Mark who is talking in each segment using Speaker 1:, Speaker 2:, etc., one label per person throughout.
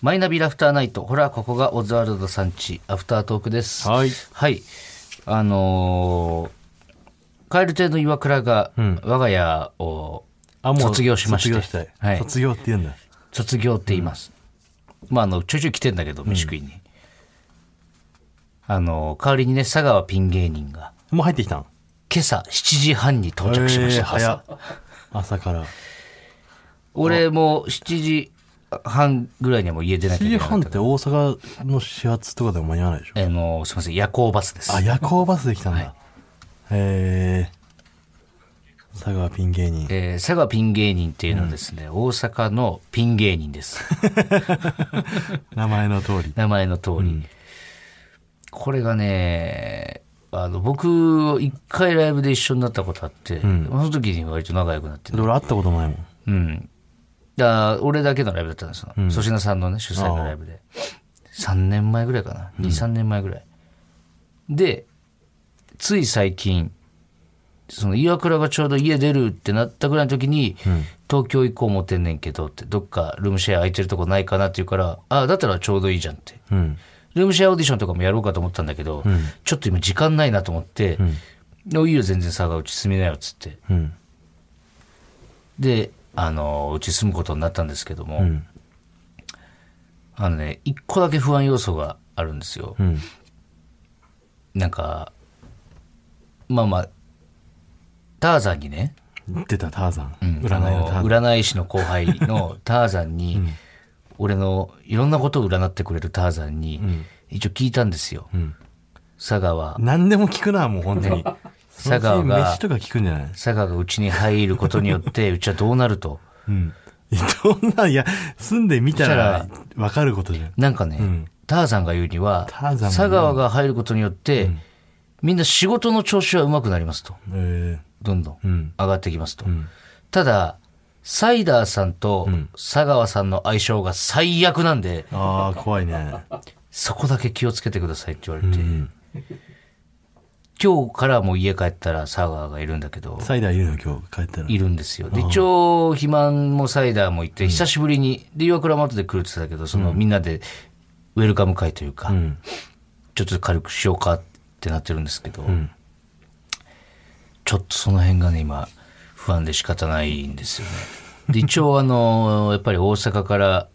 Speaker 1: マイナビラフターナイト。ほら、ここがオズワルドさんち、アフタートークです。
Speaker 2: はい
Speaker 1: はい。あのー、カエル亭の岩倉が、我が家を卒業しまして。
Speaker 2: 卒業したい、
Speaker 1: はい。
Speaker 2: 卒業って言うんだ
Speaker 1: 卒業って言います、まああのちょいちょい来てんだけど飯食いに、あの代わりにね佐川ピン芸人が
Speaker 2: もう入ってきたん
Speaker 1: 今朝7時半に到着しました、
Speaker 2: えー早っ
Speaker 1: 朝
Speaker 2: 朝から
Speaker 1: 俺も7時半ぐらいにはもう家出なきゃ
Speaker 2: 7
Speaker 1: いけ
Speaker 2: 時
Speaker 1: なか
Speaker 2: 半
Speaker 1: っ
Speaker 2: ったて大阪の始発とかでも間に合わないでしょ
Speaker 1: あのすいません夜行バスです
Speaker 2: あ夜行バスで来たんだ、えー、佐川ピン芸人
Speaker 1: えー佐川ピン芸人っていうのはですね、大阪のピン芸人です
Speaker 2: 名前の通り
Speaker 1: 名前の通り、これがねあの僕一回ライブで一緒になったことあって、その時に割と仲良くなって
Speaker 2: で俺会ったことないもん
Speaker 1: うん。だ俺だけのライブだったんですよ。粗、品さんのね、主催のライブで。3年前ぐらいかな。2、3年前ぐらい。で、つい最近、その岩倉がちょうど家出るってなったぐらいの時に、東京行こう思ってんねんけどって、どっかルームシェア空いてるとこないかなって言うから、ああ、だったらちょうどいいじゃんって。
Speaker 2: うん
Speaker 1: ルームシェアオーディションとかもやろうかと思ったんだけど、ちょっと今時間ないなと思って、おいいよ全然佐賀うち住みなよっつって。
Speaker 2: うん
Speaker 1: であのうち住むことになったんですけども、
Speaker 2: ん
Speaker 1: あのね一個だけ不安要素があるんですよ、
Speaker 2: うん
Speaker 1: なんかまあまあターザンにね、
Speaker 2: 出たターザン、
Speaker 1: あ
Speaker 2: 占いの
Speaker 1: の
Speaker 2: ターザン
Speaker 1: 占い師の後輩 のターザンに、俺のいろんなことを占ってくれるターザンに、一応聞いたんですよ、佐賀は
Speaker 2: 何でも聞くなもう本当 に
Speaker 1: 佐川が
Speaker 2: そのうち飯とか聞くんじゃない
Speaker 1: 佐賀がうちに入ることによ ってうちはどうなると
Speaker 2: うんどんないや住んでみたら分かることじゃん
Speaker 1: なんかね、
Speaker 2: ん
Speaker 1: ターザンが言うには、
Speaker 2: ターザンもね
Speaker 1: 佐川が入ることによって、みんな仕事の調子は上手くなりますと。
Speaker 2: え
Speaker 1: どんどん
Speaker 2: ー、うん
Speaker 1: 上がってきますと。
Speaker 2: ん
Speaker 1: ただ、サイダーさんと佐川さんの相性が最悪なんで、
Speaker 2: ああ怖いね
Speaker 1: そこだけ気をつけてくださいって言われて、
Speaker 2: ん
Speaker 1: 今日からもう家帰ったら佐川がいるんだけど、
Speaker 2: サイダーいるの今日帰ったら
Speaker 1: いるんですよ。で、一応、肥満もサイダーも行って、久しぶりに、で、岩倉も後で来るって言ってたけど、その、みんなで、ウェルカム会というか、
Speaker 2: うん
Speaker 1: ちょっと軽くしようかってなってるんですけど、
Speaker 2: ん
Speaker 1: ちょっとその辺がね今不安で仕方ないんですよね。で一 応あのやっぱり大阪から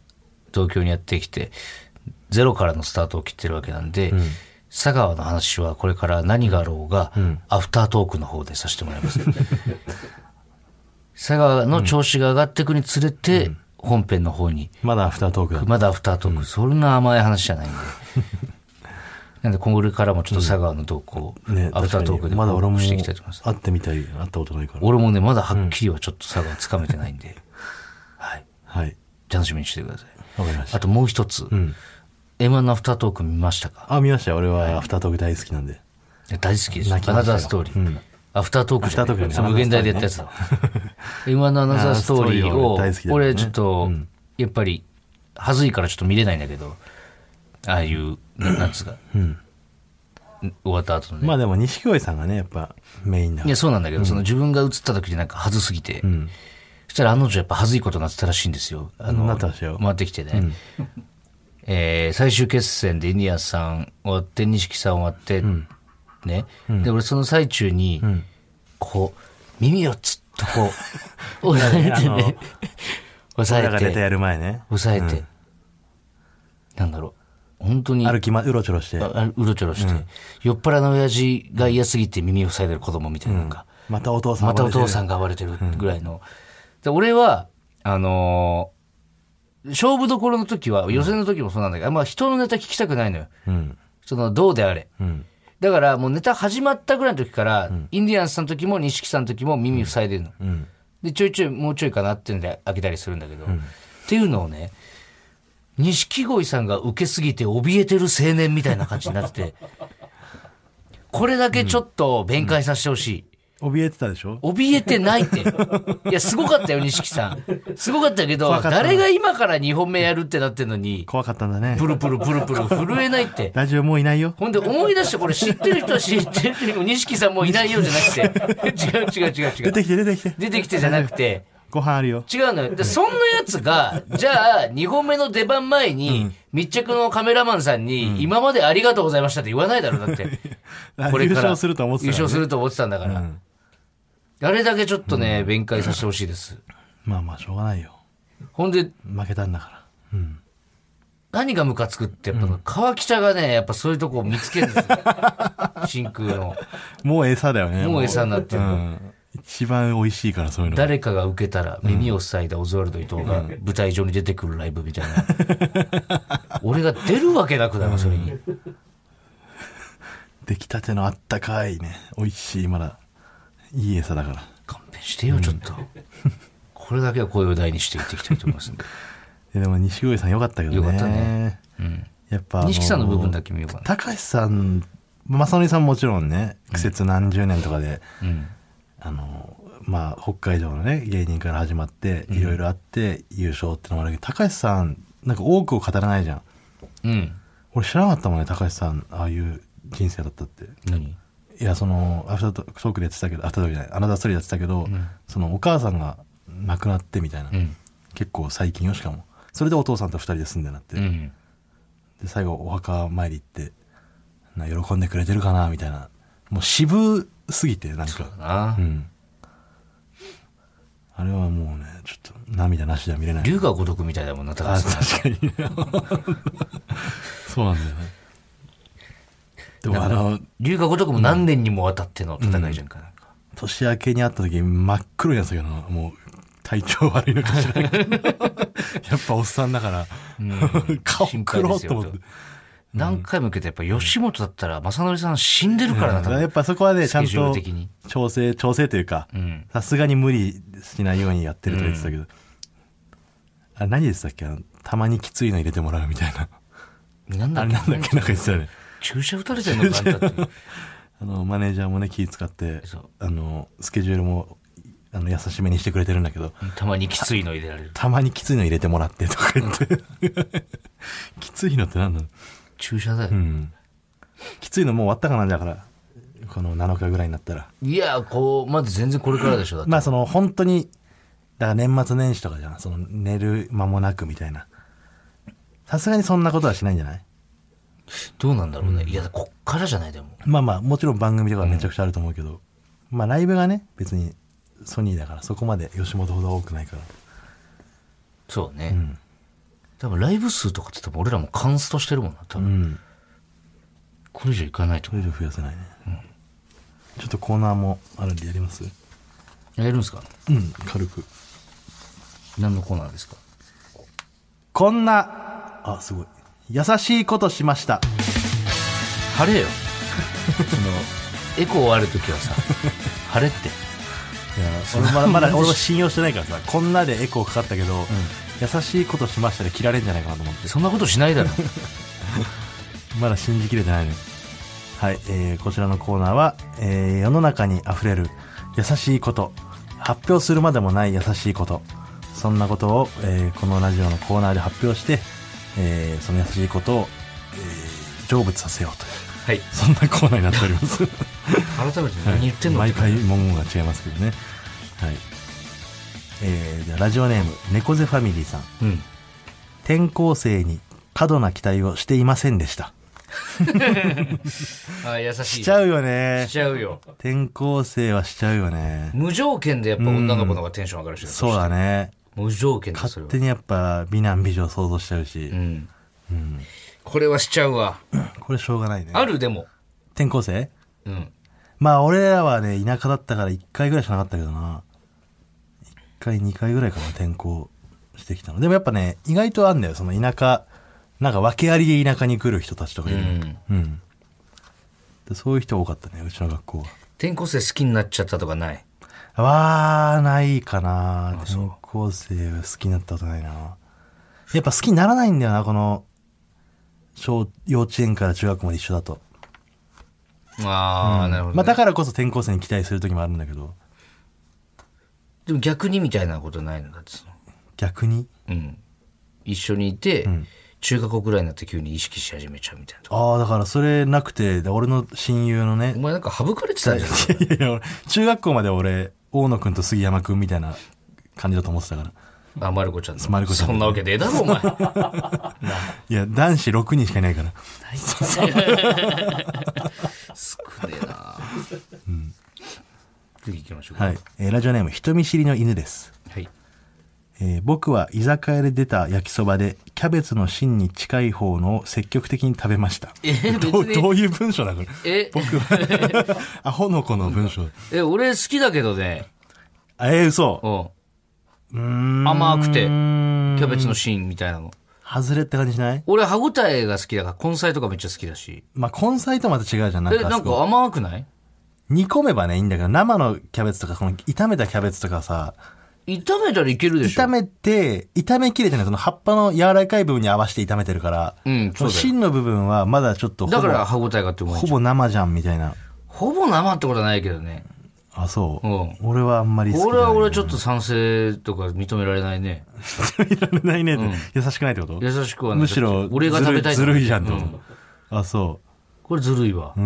Speaker 1: 東京にやってきてゼロからのスタートを切ってるわけなんで、佐川の話はこれから何があろうが、アフタートークの方でさせてもらいます。佐川の調子が上がっていくにつれて、本編の方に
Speaker 2: まだアフタートークだ
Speaker 1: まだアフタートーク、そんな甘い話じゃないん で。なんで、これからもちょっと佐川の動向、
Speaker 2: ね
Speaker 1: アフタートークで
Speaker 2: まだ俺も
Speaker 1: して
Speaker 2: 会
Speaker 1: いきたいと思います。
Speaker 2: ってみたい会ったことないから
Speaker 1: 俺もね、まだはっきりはちょっと佐川つかめてないんで、はい。
Speaker 2: はい
Speaker 1: 楽しみにしててください。
Speaker 2: わかりました
Speaker 1: あともう一つ、
Speaker 2: ん
Speaker 1: M1 のアフタートーク見ましたか
Speaker 2: あ見ましたよ俺はアフタートーク大好きなんで
Speaker 1: いや大好きです。ア
Speaker 2: 泣きま
Speaker 1: ナ
Speaker 2: したよ
Speaker 1: ザーストーリー。アフタートークじゃない
Speaker 2: アフタートークじゃ
Speaker 1: その
Speaker 2: ない
Speaker 1: 無限大でやったやつだ。M1 のアナザーストーリーを
Speaker 2: アナザーストーリー、は
Speaker 1: 俺
Speaker 2: 俺大好きだよね
Speaker 1: ちょっと、やっぱり、恥ずいからちょっと見れないんだけど、ああいう、ななんつうか、終わった後のね。
Speaker 2: まあでも錦鯉さんがねやっぱメインだ
Speaker 1: いや、そうなんだけど、その自分が映った時になんか恥ずすぎて、そしたらあの女やっぱ恥ずいことになってたらしいんですよ。あの、
Speaker 2: なってましたよ
Speaker 1: 回ってきてね。えー最終決戦でイニアさん終わって、錦さん終わって、ね。で、俺その最中に、こう、耳をつっとこう、 押さえて
Speaker 2: あの
Speaker 1: ね、押
Speaker 2: 俺
Speaker 1: さ
Speaker 2: ら
Speaker 1: え
Speaker 2: がネタ
Speaker 1: て、
Speaker 2: やる前ね
Speaker 1: 押さえて、なんだろう、本当に、
Speaker 2: 歩きまうろちょろして
Speaker 1: あうろちょろして、酔っ払いの親父が嫌すぎて耳を塞いでる子供みたいなのが、
Speaker 2: またお父さん
Speaker 1: またお父さ
Speaker 2: ん
Speaker 1: んが暴れてるぐらいの。で俺は、あのー勝負どころの時は、予選の時もそうなんだけど、あんま人のネタ聞きたくないのよ。
Speaker 2: うん
Speaker 1: その、どうであれ。
Speaker 2: うん
Speaker 1: だから、もうネタ始まったぐらいの時から、インディアンスさんの時も、錦さんの時も耳塞いでるの。
Speaker 2: うん
Speaker 1: で、ちょいちょい、もうちょいかなっていうんで開けたりするんだけど。っていうのをね、錦鯉さんが受けすぎて怯えてる青年みたいな感じになってて、これだけちょっと弁解させてほしい。
Speaker 2: 怯えてたでしょ
Speaker 1: 怯えてないって。いや、すごかったよ、錦さん。すごかったけど、誰が今から2本目やるってなってんのに、
Speaker 2: 怖かったんだね
Speaker 1: プルプルプルプル震えないって。
Speaker 2: ラジオもういないよ
Speaker 1: ほんで思い出して、これ知ってる人は知ってるけど、錦さんもういないようじゃなくて。違う違う違う違
Speaker 2: 出
Speaker 1: う。
Speaker 2: てきて出てきて
Speaker 1: 出てきてじゃなくて、
Speaker 2: ご飯あるよ。
Speaker 1: 違うのよ。でそんなやつが、じゃあ、2本目の出番前に、密着のカメラマンさんに、今までありがとうございましたって言わないだろ、だって。 これ
Speaker 2: 優
Speaker 1: から。
Speaker 2: 勝すると思ってた、ね。
Speaker 1: 優勝すると思ってたんだから。あれだけちょっとね、弁解させてほしいです。
Speaker 2: まあまあ、しょうがないよ。
Speaker 1: ほんで、
Speaker 2: 負けたんだから。
Speaker 1: 何がムカつくって、やっぱ、川北がね、やっぱそういうとこを見つけるん ですよ。真空の。
Speaker 2: もう餌だよね。
Speaker 1: もう餌になって
Speaker 2: う
Speaker 1: る。
Speaker 2: ん。一番美味しいから、そういうの。
Speaker 1: 誰かが受けたら耳を塞いだオズワルド伊藤が舞台上に出てくるライブみたいな。 俺が出るわけなくなる、それに。
Speaker 2: 出来たてのあったかいね。美味しい、まだ。いい餌だから。
Speaker 1: 勘弁してよ、ちょっと。これだけは声を大にして言っていきたいと思いますんで。
Speaker 2: えでも、錦鯉さんよかったけどね。
Speaker 1: よかった
Speaker 2: ね。
Speaker 1: うん。
Speaker 2: やっぱ、あ
Speaker 1: 錦さんの部分だけ見ようかな。
Speaker 2: 高橋さん、正則さんもちろんね、苦節何十年とかで、
Speaker 1: うん。
Speaker 2: あの、まあ、北海道のね、芸人から始まって、いろいろあって、優勝ってのもあるけど、高橋さん、なんか多くを語らないじゃん。
Speaker 1: うん。
Speaker 2: 俺知らなかったもんね、高橋さん、ああいう人生だったって。
Speaker 1: 何
Speaker 2: いや、その、アフタートークでやってたけど、アフタートークじゃない、アナザーストーリーでやってたけど、その、お母さんが亡くなってみたいな。
Speaker 1: うん。
Speaker 2: 結構最近よ、しかも。それでお父さんと二人で住んでなって。
Speaker 1: うん。
Speaker 2: で最後お墓参り行ってな喜んでくれてるかなみたいなもう渋すぎてなんか
Speaker 1: な
Speaker 2: うんあれはもうねちょっと涙なしでは見れない
Speaker 1: 龍が如くみたいだもんな、高
Speaker 2: あ
Speaker 1: 橋さん。
Speaker 2: 確かに そうなんだよねでもあの
Speaker 1: 龍が如くも何年にもわたっての戦いじゃんか。なんか
Speaker 2: 年明けに会った時真っ黒になってたけどなもう体調悪いのかしらんけ どやっぱおっさんだから、顔
Speaker 1: 心配で
Speaker 2: 黒っ
Speaker 1: す
Speaker 2: と
Speaker 1: よ
Speaker 2: 思って
Speaker 1: 何回も受けて、やっぱ吉本だったら、正則さん死んでるからな、多
Speaker 2: やっ
Speaker 1: 分。
Speaker 2: ぱそこはね
Speaker 1: ス
Speaker 2: ちゃ
Speaker 1: ケ
Speaker 2: ん
Speaker 1: ジュール
Speaker 2: と
Speaker 1: 的に。
Speaker 2: 調整調整というか、
Speaker 1: うん。
Speaker 2: さすがに無理しないようにやってると言ってたけど、あ何でしたっけあのたまにきついの入れてもらうみたいな
Speaker 1: なんだ
Speaker 2: あ
Speaker 1: っ
Speaker 2: れ
Speaker 1: け
Speaker 2: なんだっけなんか言ってたよね
Speaker 1: 注射打たれてんのかあんたっていう。
Speaker 2: あのマネージャーもね気使って
Speaker 1: そう
Speaker 2: あのスケジュールもあの優しめにしてくれてるんだけど
Speaker 1: たまにきついの入れられる。
Speaker 2: たまにきついの入れてもらってとか言って きついのって何なの
Speaker 1: 注射だよ
Speaker 2: う。んきついのもう終わったかなだからこの7日ぐらいになったら
Speaker 1: いや、こう、まだ全然これからでしょ、だって。
Speaker 2: まあその本当に、だから年末年始とかじゃん。その寝る間もなくみたいな。さすがにそんなことはしないんじゃない
Speaker 1: どうなんだろうね。いや、こっからじゃない、でも。
Speaker 2: まあまあ、もちろん番組とかめちゃくちゃあると思うけど、まあライブがね、別にソニーだからそこまで吉本ほど多くないから。
Speaker 1: そう
Speaker 2: う
Speaker 1: ね。
Speaker 2: ん。
Speaker 1: 多分ライブ数とかって多分俺らもカンストしてるもんな、多
Speaker 2: う
Speaker 1: 分。
Speaker 2: ん。
Speaker 1: これ以上いかないと
Speaker 2: これ以上増やせないね。ちょっとコーナーもあるんでやります
Speaker 1: やれるんですか
Speaker 2: うん、軽く。
Speaker 1: 何のコーナーですか
Speaker 2: こんな、あ、すごい。優しいことしました。
Speaker 1: 晴 れよ。その、エコーある時はさ、晴れって。
Speaker 2: いや俺 まだまだ俺は信用してないからさこんなでエコーかかったけど、優しいことしましたで切られるんじゃないかなと思って
Speaker 1: そんなことしないだろ。
Speaker 2: まだ信じきれてないのよはい、えーこちらのコーナーは、えー世の中にあふれる優しいこと発表するまでもない優しいことそんなことを、えーこのラジオのコーナーで発表して、えーその優しいことを、えー成仏させようという
Speaker 1: はい。
Speaker 2: そんなコーナーになっております
Speaker 1: 改めて何言ってんの
Speaker 2: はい
Speaker 1: って
Speaker 2: 毎回文言が違いますけどねはいえー、じゃあラジオネーム猫背ファミリーさん
Speaker 1: うん。
Speaker 2: 転校生に過度な期待をしていませんでした
Speaker 1: あ優しい。
Speaker 2: しちゃうよね
Speaker 1: しちゃうよ。
Speaker 2: 転校生はしちゃうよね
Speaker 1: 無条件でやっぱ女の子の方がテンション上がるし、
Speaker 2: そうだね
Speaker 1: 無条件でそれ
Speaker 2: 勝
Speaker 1: は
Speaker 2: 手。にやっぱ美男美女を想像しちゃうし、
Speaker 1: うん。これはしちゃうわ。
Speaker 2: これしょうがないね
Speaker 1: あるでも。
Speaker 2: 転校生
Speaker 1: うん。
Speaker 2: まあ俺らはね田舎だったから1回ぐらいしかなかったけどな1回2回ぐらいかな転校してきたのでもやっぱね意外とあんだよその田舎なんか訳ありで田舎に来る人たちとかいうる
Speaker 1: ん。
Speaker 2: うん、でそういう人多かったねうちの学校は
Speaker 1: 転校生好きになっちゃったとかない。
Speaker 2: わーないかな
Speaker 1: あそう
Speaker 2: 転校生は好きになったことないなやっぱ好きにならないんだよなこの小幼稚園から中学まで一緒だと
Speaker 1: ああ、なるほど、ね
Speaker 2: まあだからこそ転校生に期待する時もあるんだけど
Speaker 1: でも逆にみたいなことないのだってその
Speaker 2: 逆に
Speaker 1: うん。一緒にいて、中学校ぐらいになって急に意識し始めちゃうみたいなとこ。
Speaker 2: ああ、だからそれなくて、で俺の親友のね
Speaker 1: お、前なんか省かれてたんじゃん。
Speaker 2: いやいや、俺中学校まで俺、大野くんと杉山くんみたいな感じだと思ってたから。
Speaker 1: あ、マルコちゃんだ
Speaker 2: マルコちゃんだ
Speaker 1: そんなわけでえだろ、お前。
Speaker 2: いや、男子6人しかいないから。
Speaker 1: 少ねえな。次行きましょうか。
Speaker 2: はい。えーラジオネーム、人見知りの犬です。
Speaker 1: はい。
Speaker 2: えー僕は居酒屋で出た焼きそばで、キャベツの芯に近い方のを積極的に食べました。
Speaker 1: えー
Speaker 2: どう
Speaker 1: 別に
Speaker 2: どういう文章だこれ。
Speaker 1: え、
Speaker 2: 僕は、 アホの子の文章。
Speaker 1: え、俺好きだけどね。
Speaker 2: えー、嘘。
Speaker 1: うん。
Speaker 2: うーん
Speaker 1: 甘くて
Speaker 2: うーん
Speaker 1: キャベツの芯みたいなの。
Speaker 2: 外れって感じしない
Speaker 1: 俺、歯応えが好きだから、根菜とかめっちゃ好きだし。
Speaker 2: まあ、根菜とまた違うじゃん。なん
Speaker 1: え、
Speaker 2: かあ
Speaker 1: な
Speaker 2: そ
Speaker 1: ん
Speaker 2: こ
Speaker 1: か甘くない
Speaker 2: 煮込めばね、いいんだけど、生のキャベツとか、この炒めたキャベツとかさ、
Speaker 1: 炒めたらいけるでしょ。
Speaker 2: 炒めて、炒めきれてない、その葉っぱの柔らかい部分に合わせて炒めてるから、
Speaker 1: うんそうだよ
Speaker 2: 芯の部分はまだちょっとほぼ、
Speaker 1: だから歯応えがあって思い
Speaker 2: ほぼ生じゃんみたいな。
Speaker 1: ほぼ生ってことはないけどね。
Speaker 2: あ、そう。
Speaker 1: うん
Speaker 2: 俺はあんまり好きじゃ
Speaker 1: 俺
Speaker 2: ない。
Speaker 1: は俺ちょっと賛成とか認められないね。
Speaker 2: いられないねって、優しくないってこと
Speaker 1: 優しくはない。
Speaker 2: むしろ、
Speaker 1: 俺が食べたい
Speaker 2: ずるいずるいじゃんっ
Speaker 1: と
Speaker 2: てこと、あ、そ
Speaker 1: これずるいわ
Speaker 2: う。。うー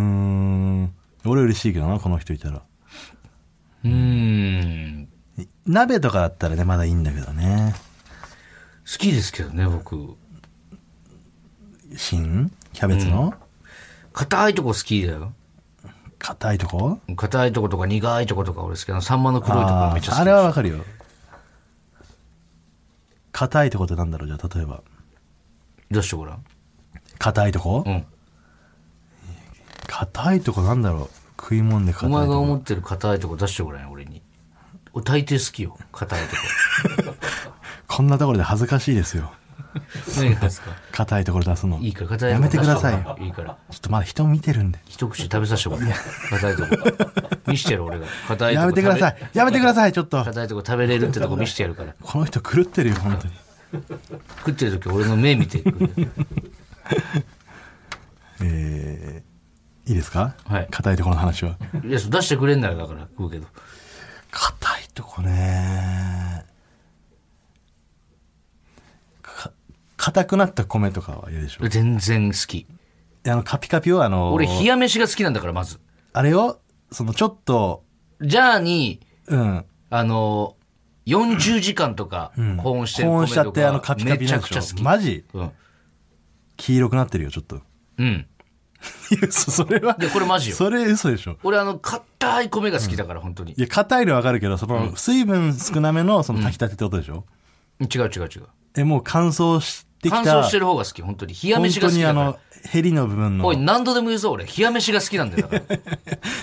Speaker 2: ん。俺嬉しいけどな、この人いたら。
Speaker 1: うーん。
Speaker 2: 鍋とかだったらね、まだいいんだけどね。
Speaker 1: 好きですけどね、僕。
Speaker 2: 芯キャベツの
Speaker 1: 硬いとこ好きだよ。
Speaker 2: 硬、いとこ
Speaker 1: 硬いとことか苦いとことか俺好きなの。サンマの黒いところ
Speaker 2: あ
Speaker 1: めっちゃ好
Speaker 2: ー
Speaker 1: き。
Speaker 2: あれはわかるよ。硬いとこってなんだろうじゃあ、例えば。
Speaker 1: どうしてごらん。
Speaker 2: 硬いとこ
Speaker 1: うん。
Speaker 2: 硬、いとこなんだろう食い物で
Speaker 1: お
Speaker 2: 硬いと
Speaker 1: 前が
Speaker 2: こ。
Speaker 1: 思ってる硬いとこ出してごらんよ、俺に。俺大抵好きよ、硬い とこ。
Speaker 2: こんなところで恥ずかしいですよ。
Speaker 1: 何がですか
Speaker 2: 硬いところ出すの。
Speaker 1: いいから、硬い
Speaker 2: や
Speaker 1: とこ
Speaker 2: めてください
Speaker 1: 出して
Speaker 2: よ
Speaker 1: ご。らんいいから。
Speaker 2: ちょっとまだ人見てるんで。
Speaker 1: 一口食べさせてごらん。硬いとこ。見してる俺が。硬いとこ。
Speaker 2: やめてください。やめてください、ちょっと。
Speaker 1: 硬いとこ食べれるってとこ見してやるから。
Speaker 2: この人狂ってるよ、本当に。
Speaker 1: 食ってる時俺の目見てくれ
Speaker 2: えー、いいですか
Speaker 1: はい
Speaker 2: 硬いところの話は。
Speaker 1: いや、そう出してくれんならだから食うけど。
Speaker 2: 硬いとこねか硬くなった米とかは嫌でしょ
Speaker 1: 全然好き。
Speaker 2: あのカピカピをあの
Speaker 1: 俺、冷や飯が好きなんだから、まず。
Speaker 2: あれをそのちょっと
Speaker 1: じゃあに、
Speaker 2: うん
Speaker 1: あの、40時間とか保温してる
Speaker 2: 保
Speaker 1: 米
Speaker 2: 温
Speaker 1: と
Speaker 2: しち
Speaker 1: か、
Speaker 2: ゃってあのカピカ
Speaker 1: め
Speaker 2: ピに
Speaker 1: ち
Speaker 2: な
Speaker 1: ゃ
Speaker 2: る
Speaker 1: く
Speaker 2: で
Speaker 1: ちゃ好
Speaker 2: し
Speaker 1: き。
Speaker 2: ょマジ
Speaker 1: うん。
Speaker 2: 黄色くなってるよちょっと
Speaker 1: うん。
Speaker 2: いやそそれはい
Speaker 1: や、これマジよ。
Speaker 2: それ嘘でしょ
Speaker 1: 俺、あの、硬い米が好きだから、本当に。
Speaker 2: いや硬いのはわかるけどその水分少なめのその炊きたてってことでしょ、
Speaker 1: 違う違う違う。
Speaker 2: えもう乾燥してきた
Speaker 1: 乾燥してる方が好き、本当に。冷や
Speaker 2: 本
Speaker 1: 飯が
Speaker 2: 当
Speaker 1: 好き
Speaker 2: に
Speaker 1: だ
Speaker 2: あ
Speaker 1: から。
Speaker 2: のヘリの部分の
Speaker 1: おい、
Speaker 2: い
Speaker 1: 何度でも言うぞ、俺。冷や飯が好きなんだよ。だ から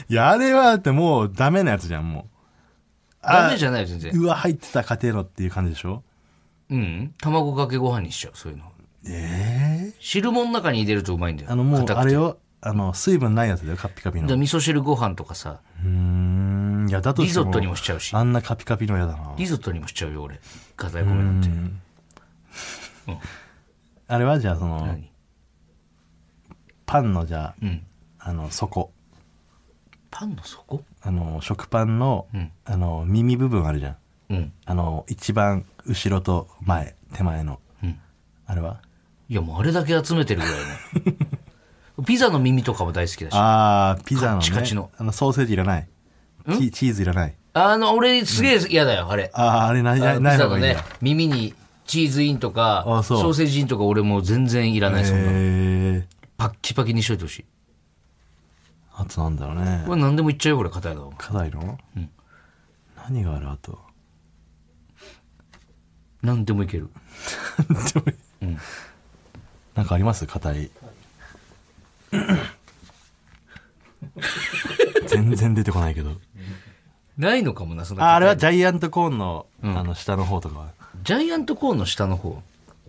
Speaker 2: やあれはだってもうダメなやつじゃんもう
Speaker 1: ダメじゃないよ、全然。
Speaker 2: うわ、入ってた家庭のっていう感じでしょ
Speaker 1: うん。卵かけご飯にしちゃう、そういうの。
Speaker 2: ええ
Speaker 1: 汁物の中に入れるとうまいんだよ。
Speaker 2: あの、もう、
Speaker 1: 硬くて
Speaker 2: あれよ、あの、水分ないやつだよ、カピカピの。
Speaker 1: だから
Speaker 2: う
Speaker 1: 味噌汁ご飯とかさ、
Speaker 2: ーん、いや、だと
Speaker 1: リ
Speaker 2: して
Speaker 1: ゾ
Speaker 2: も
Speaker 1: ットにもしちゃうし、
Speaker 2: あんなカピカピのやだな。
Speaker 1: リゾットにもしちゃうよ、俺。硬い米なんて。
Speaker 2: あれは、じゃあ、その、
Speaker 1: 何
Speaker 2: パンの、じゃ
Speaker 1: うん。
Speaker 2: あ、あの、底。
Speaker 1: パンの底
Speaker 2: あの、食パンの、
Speaker 1: うん
Speaker 2: あの、耳部分あるじゃん。
Speaker 1: うん。
Speaker 2: あの、一番後ろと前、手前の。
Speaker 1: うん。
Speaker 2: あれはい
Speaker 1: や、もうあれだけ集めてるぐらいね。 ピザの耳とかも大好きだし。あ
Speaker 2: あー、ピザの、ね、
Speaker 1: カッチカチの
Speaker 2: あの、ソーセージいらない。チチーズいらない。
Speaker 1: の、俺すげえ嫌だよ、あれ。
Speaker 2: あー、あれない、
Speaker 1: あ
Speaker 2: な
Speaker 1: の
Speaker 2: いない
Speaker 1: ピザの
Speaker 2: 方がいいん
Speaker 1: ね
Speaker 2: だ。、
Speaker 1: 耳にチーズインとか、
Speaker 2: あそう
Speaker 1: ソーセージインとか俺もう全然いらない、そんなの
Speaker 2: えー、
Speaker 1: パッキパキにしといてほしい。
Speaker 2: あとなんだろうね。
Speaker 1: これ何でもいっちゃうよ、これ、硬いの。
Speaker 2: 硬いの、
Speaker 1: うん
Speaker 2: 何があるあと
Speaker 1: 何でもいける。
Speaker 2: なんかあります硬い全然出てこないけど
Speaker 1: ないのかもな、その硬い
Speaker 2: ああれはジャイアントコーンの,、あの下の方とかは
Speaker 1: ジャイアントコーンの下の方。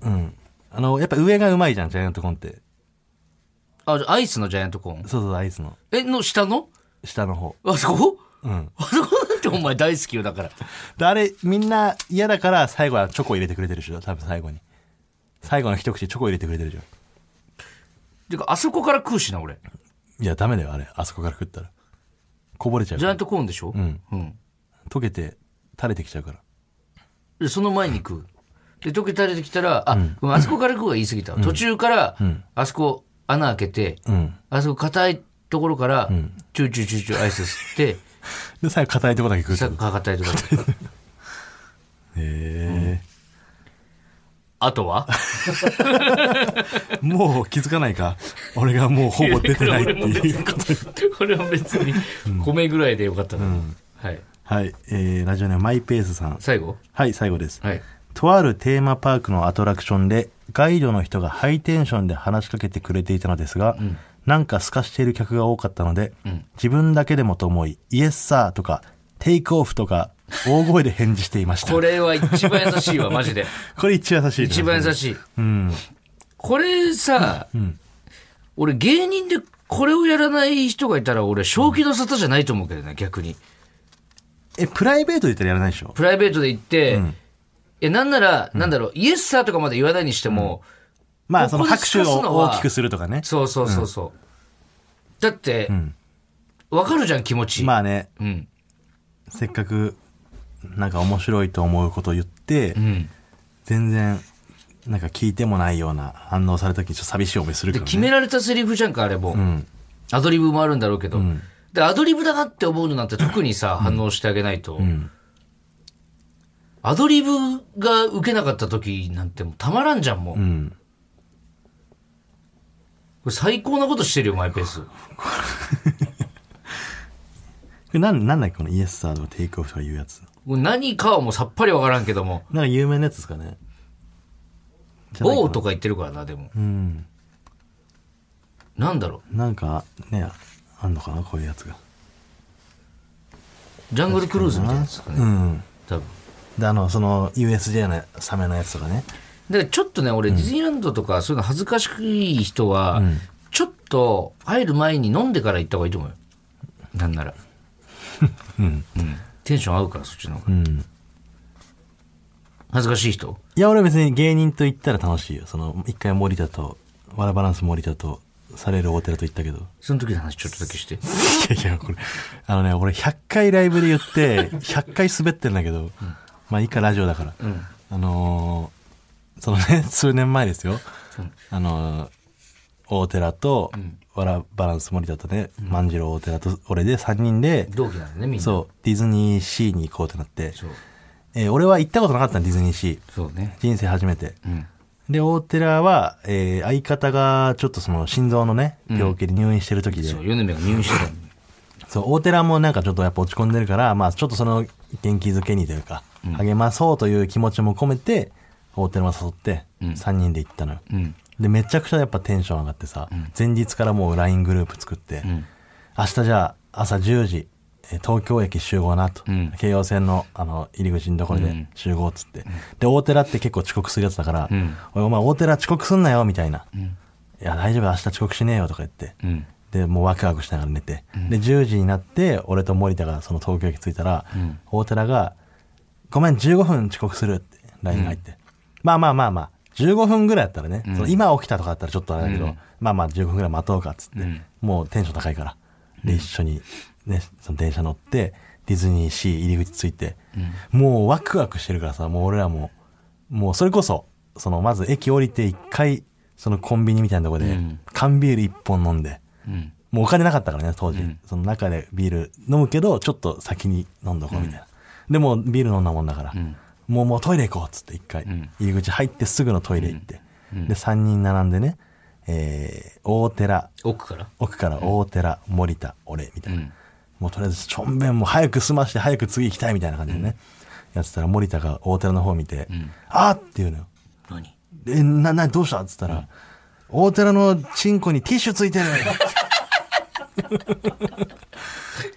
Speaker 2: うんあのやっぱ上がうまいじゃんジャイアントコーンって
Speaker 1: あ、じゃあアイスのジャイアントコーン。
Speaker 2: そうそうアイスの
Speaker 1: え、の下の
Speaker 2: 下の方
Speaker 1: あそこ
Speaker 2: うん
Speaker 1: あそこなんてお前大好きよ、だから。
Speaker 2: であれみんな嫌だから最後はチョコ入れてくれてるでしょ多分最後に最後の一口チョコ入れてくれてるじゃん
Speaker 1: てか、あそこから食うしな、俺。
Speaker 2: いやダメだよあれあそこから食ったらこぼれちゃう
Speaker 1: ジャ
Speaker 2: か
Speaker 1: イア
Speaker 2: ら。
Speaker 1: ントコーンでしょうんうん。
Speaker 2: 溶けて垂れてきちゃうから
Speaker 1: で、その前に食う。で、溶け垂れてきたら、あ、ごめんあそこから食うが言い過ぎたわ。途中から、あそこ穴開けて、
Speaker 2: うん
Speaker 1: あそこ硬いところから、チューチューチューチューアイス吸って、
Speaker 2: で最後硬いとこだけ食うって
Speaker 1: さ
Speaker 2: こ
Speaker 1: かかったりとか。
Speaker 2: へ
Speaker 1: あとは
Speaker 2: え、もう気づかないか俺がもうほぼ出てないっていうことに
Speaker 1: 俺は別に米ぐらいでよかったのにはい。
Speaker 2: はい、えー、ラジオネームマイペースさん
Speaker 1: 最後
Speaker 2: はい最後です、
Speaker 1: はい。
Speaker 2: とあるテーマパークのアトラクションでガイドの人がハイテンションで話しかけてくれていたのですが、なんか透かしている客が多かったので、自分だけでもと思い「イエスサー」とか「テイクオフ」とか大声で返事していました
Speaker 1: これは一番優しいわ、マジで。
Speaker 2: これ一番優しい
Speaker 1: 一番優
Speaker 2: い
Speaker 1: しい。
Speaker 2: うん
Speaker 1: これさ、俺芸人でこれをやらない人がいたら俺正気の沙汰じゃないと思うけどね、逆に。
Speaker 2: えプライベートで言ったらやらないでしょ
Speaker 1: プライベートで行って、え、なんなら、なんだろう、イエスさーとかまで言わないにしても、
Speaker 2: まあそ
Speaker 1: こ
Speaker 2: の
Speaker 1: こで
Speaker 2: 拍手
Speaker 1: 透かすの
Speaker 2: を
Speaker 1: は
Speaker 2: 大きくするとかね
Speaker 1: そうそうそうそう。だって、わ、かるじゃん、気持ち。
Speaker 2: まあね
Speaker 1: うん。
Speaker 2: せっかくなんか面白いと思うことを言って、
Speaker 1: うん。
Speaker 2: 全然なんか聞いてもないような反応された時にちょっと寂しい思いする
Speaker 1: で、
Speaker 2: けど、ね、
Speaker 1: 決められたセリフじゃんか、あれも。
Speaker 2: うん
Speaker 1: アドリブもあるんだろうけど。で、アドリブだなって思うのなんて特にさ、反応してあげないと。
Speaker 2: ん
Speaker 1: アドリブが受けなかった時なんてもうたまらんじゃん、もう。
Speaker 2: うん
Speaker 1: これ最高なことしてるよ、マイペー ス。
Speaker 2: これなん、なんだっけこのイエスサードテイクオフとかいうやつ。
Speaker 1: もう何かはもうさっぱりわからんけども。
Speaker 2: なんか有名なやつですかね。じゃないかな
Speaker 1: おーとか言ってるからな、でも。
Speaker 2: うん。
Speaker 1: なんだろ
Speaker 2: なんか、ね、あんのかなこういうやつが。
Speaker 1: う。ジャングルクルーズみたいなやつとか
Speaker 2: う
Speaker 1: ね。
Speaker 2: ん。
Speaker 1: 多分。
Speaker 2: で、あの、その、USJ のサメのやつとかね。
Speaker 1: だからちょっとね、俺、ディズニーランドとか、そういうの恥ずかしい人は、ちょっと入る前に飲んでから行った方がいいと思うよ。なんなら。 うんテンション合うから、そっちの方が。
Speaker 2: うん。
Speaker 1: 恥ずかしい人
Speaker 2: いや、俺別に芸人と言ったら楽しいよ。その、一回森田と、わらバランス森田と、される大寺と言ったけど。
Speaker 1: その時の話ちょっとだけして。
Speaker 2: いやいや、これ、あのね、俺100回ライブで言 って、100回滑ってるんだけど、まあいいか、ラジオだから。あのーそのね、 数年前ですよ。あのー大寺と、わらバランス森田とね、万次郎大寺と俺で3人で、
Speaker 1: 同期なんだね、みんな。
Speaker 2: そう、ディズニーシーに行こうってなって、
Speaker 1: そう。
Speaker 2: えー俺は行ったことなかったのディズニーシー。
Speaker 1: そうね。
Speaker 2: 人生初めて。
Speaker 1: うん。
Speaker 2: で、大寺は、えー相方がちょっとその心臓のね、病気で入院してる時で、
Speaker 1: そう、米宮が入院してたのに。
Speaker 2: そう、大寺もなんかちょっとやっぱ落ち込んでるから、まあちょっとその元気づけにというか、励まそうという気持ちも込めて、大寺も誘って、3人で行ったのよ。
Speaker 1: うん。
Speaker 2: で、めちゃくちゃやっぱテンション上がってさ、前日からもう LINE グループ作って、明日じゃあ朝10時、えー東京駅集合なと、
Speaker 1: うん
Speaker 2: 京葉線のあの入り口のところで集合っつって、で、大寺って結構遅刻するやつだから、
Speaker 1: うん
Speaker 2: おいお前大寺遅刻すんなよ、みたいな。
Speaker 1: ん
Speaker 2: いや、大丈夫、明日遅刻しねえよとか言って、
Speaker 1: うん。
Speaker 2: で、もうワクワクしながら寝て。で、10時になって、俺と森田がその東京駅着いたら、大寺が、ごめん、15分遅刻するって、LINE が入って。まあまあまあまあ、15分ぐらいだったらね、その今起きたとかだったらちょっとあれだけど、まあまあ15分ぐらい待とうかっつって、もうテンション高いから。で、一緒に、ね、その電車乗って、ディズニーシー入り口着いて、もうワクワクしてるからさ、もう俺らも、もうそれこそ、そのまず駅降りて一回、そのコンビニみたいなとこで、缶ビール一本飲んで、
Speaker 1: うん。
Speaker 2: もうお金なかったからね、当時。その中でビール飲むけど、ちょっと先に飲んどこうみたいな。でもうビール飲んだもんだから、もうもうトイレ行こうっつって一回、入り口入ってすぐのトイレ行って。で、3人並んでね、えー、大寺、
Speaker 1: 奥から。
Speaker 2: 奥から大寺、森田、俺、みたいな。
Speaker 1: うん
Speaker 2: もうとりあえず、ちょんべんもう早く済まして、早く次行きたいみたいな感じでね。やってたら、森田が大寺の方見て、あーって言うのよ。
Speaker 1: 何
Speaker 2: え、な、な、どうしたっつったら、大寺のチンコにティッシュついてる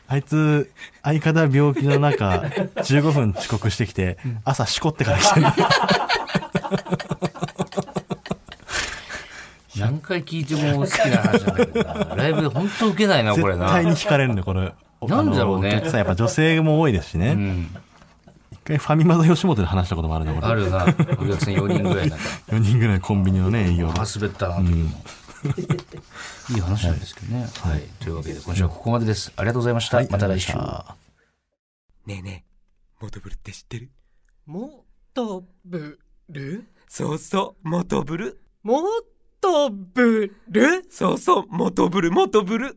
Speaker 2: あいつ、相方病気の中、15分遅刻してきて、朝しこってから来てる。
Speaker 1: 何回聞いても好きな話なんだけどな。ライブで本当受けないな、これ
Speaker 2: 絶
Speaker 1: な。
Speaker 2: 対に惹かれるんだよ、これ。
Speaker 1: なんだろうね
Speaker 2: あのお客さんやっぱ女性も多いですしね。
Speaker 1: うん。
Speaker 2: 一回ファミマの吉本で話したこともあるね、
Speaker 1: あ
Speaker 2: 俺。
Speaker 1: るよな。お客さん4人ぐらいなんか。
Speaker 2: 4人ぐらいコンビニのね、営業
Speaker 1: あー滑ったなあ の時も、いい話なんですけどね、はいというわけで今週はここまでですありがとうございました、また来週
Speaker 3: ねえねえ、モトブルって知ってる
Speaker 4: もっとぶる
Speaker 3: そうそう、モトブル。
Speaker 4: もっとぶる
Speaker 3: そうそう、モトブル、モトブル。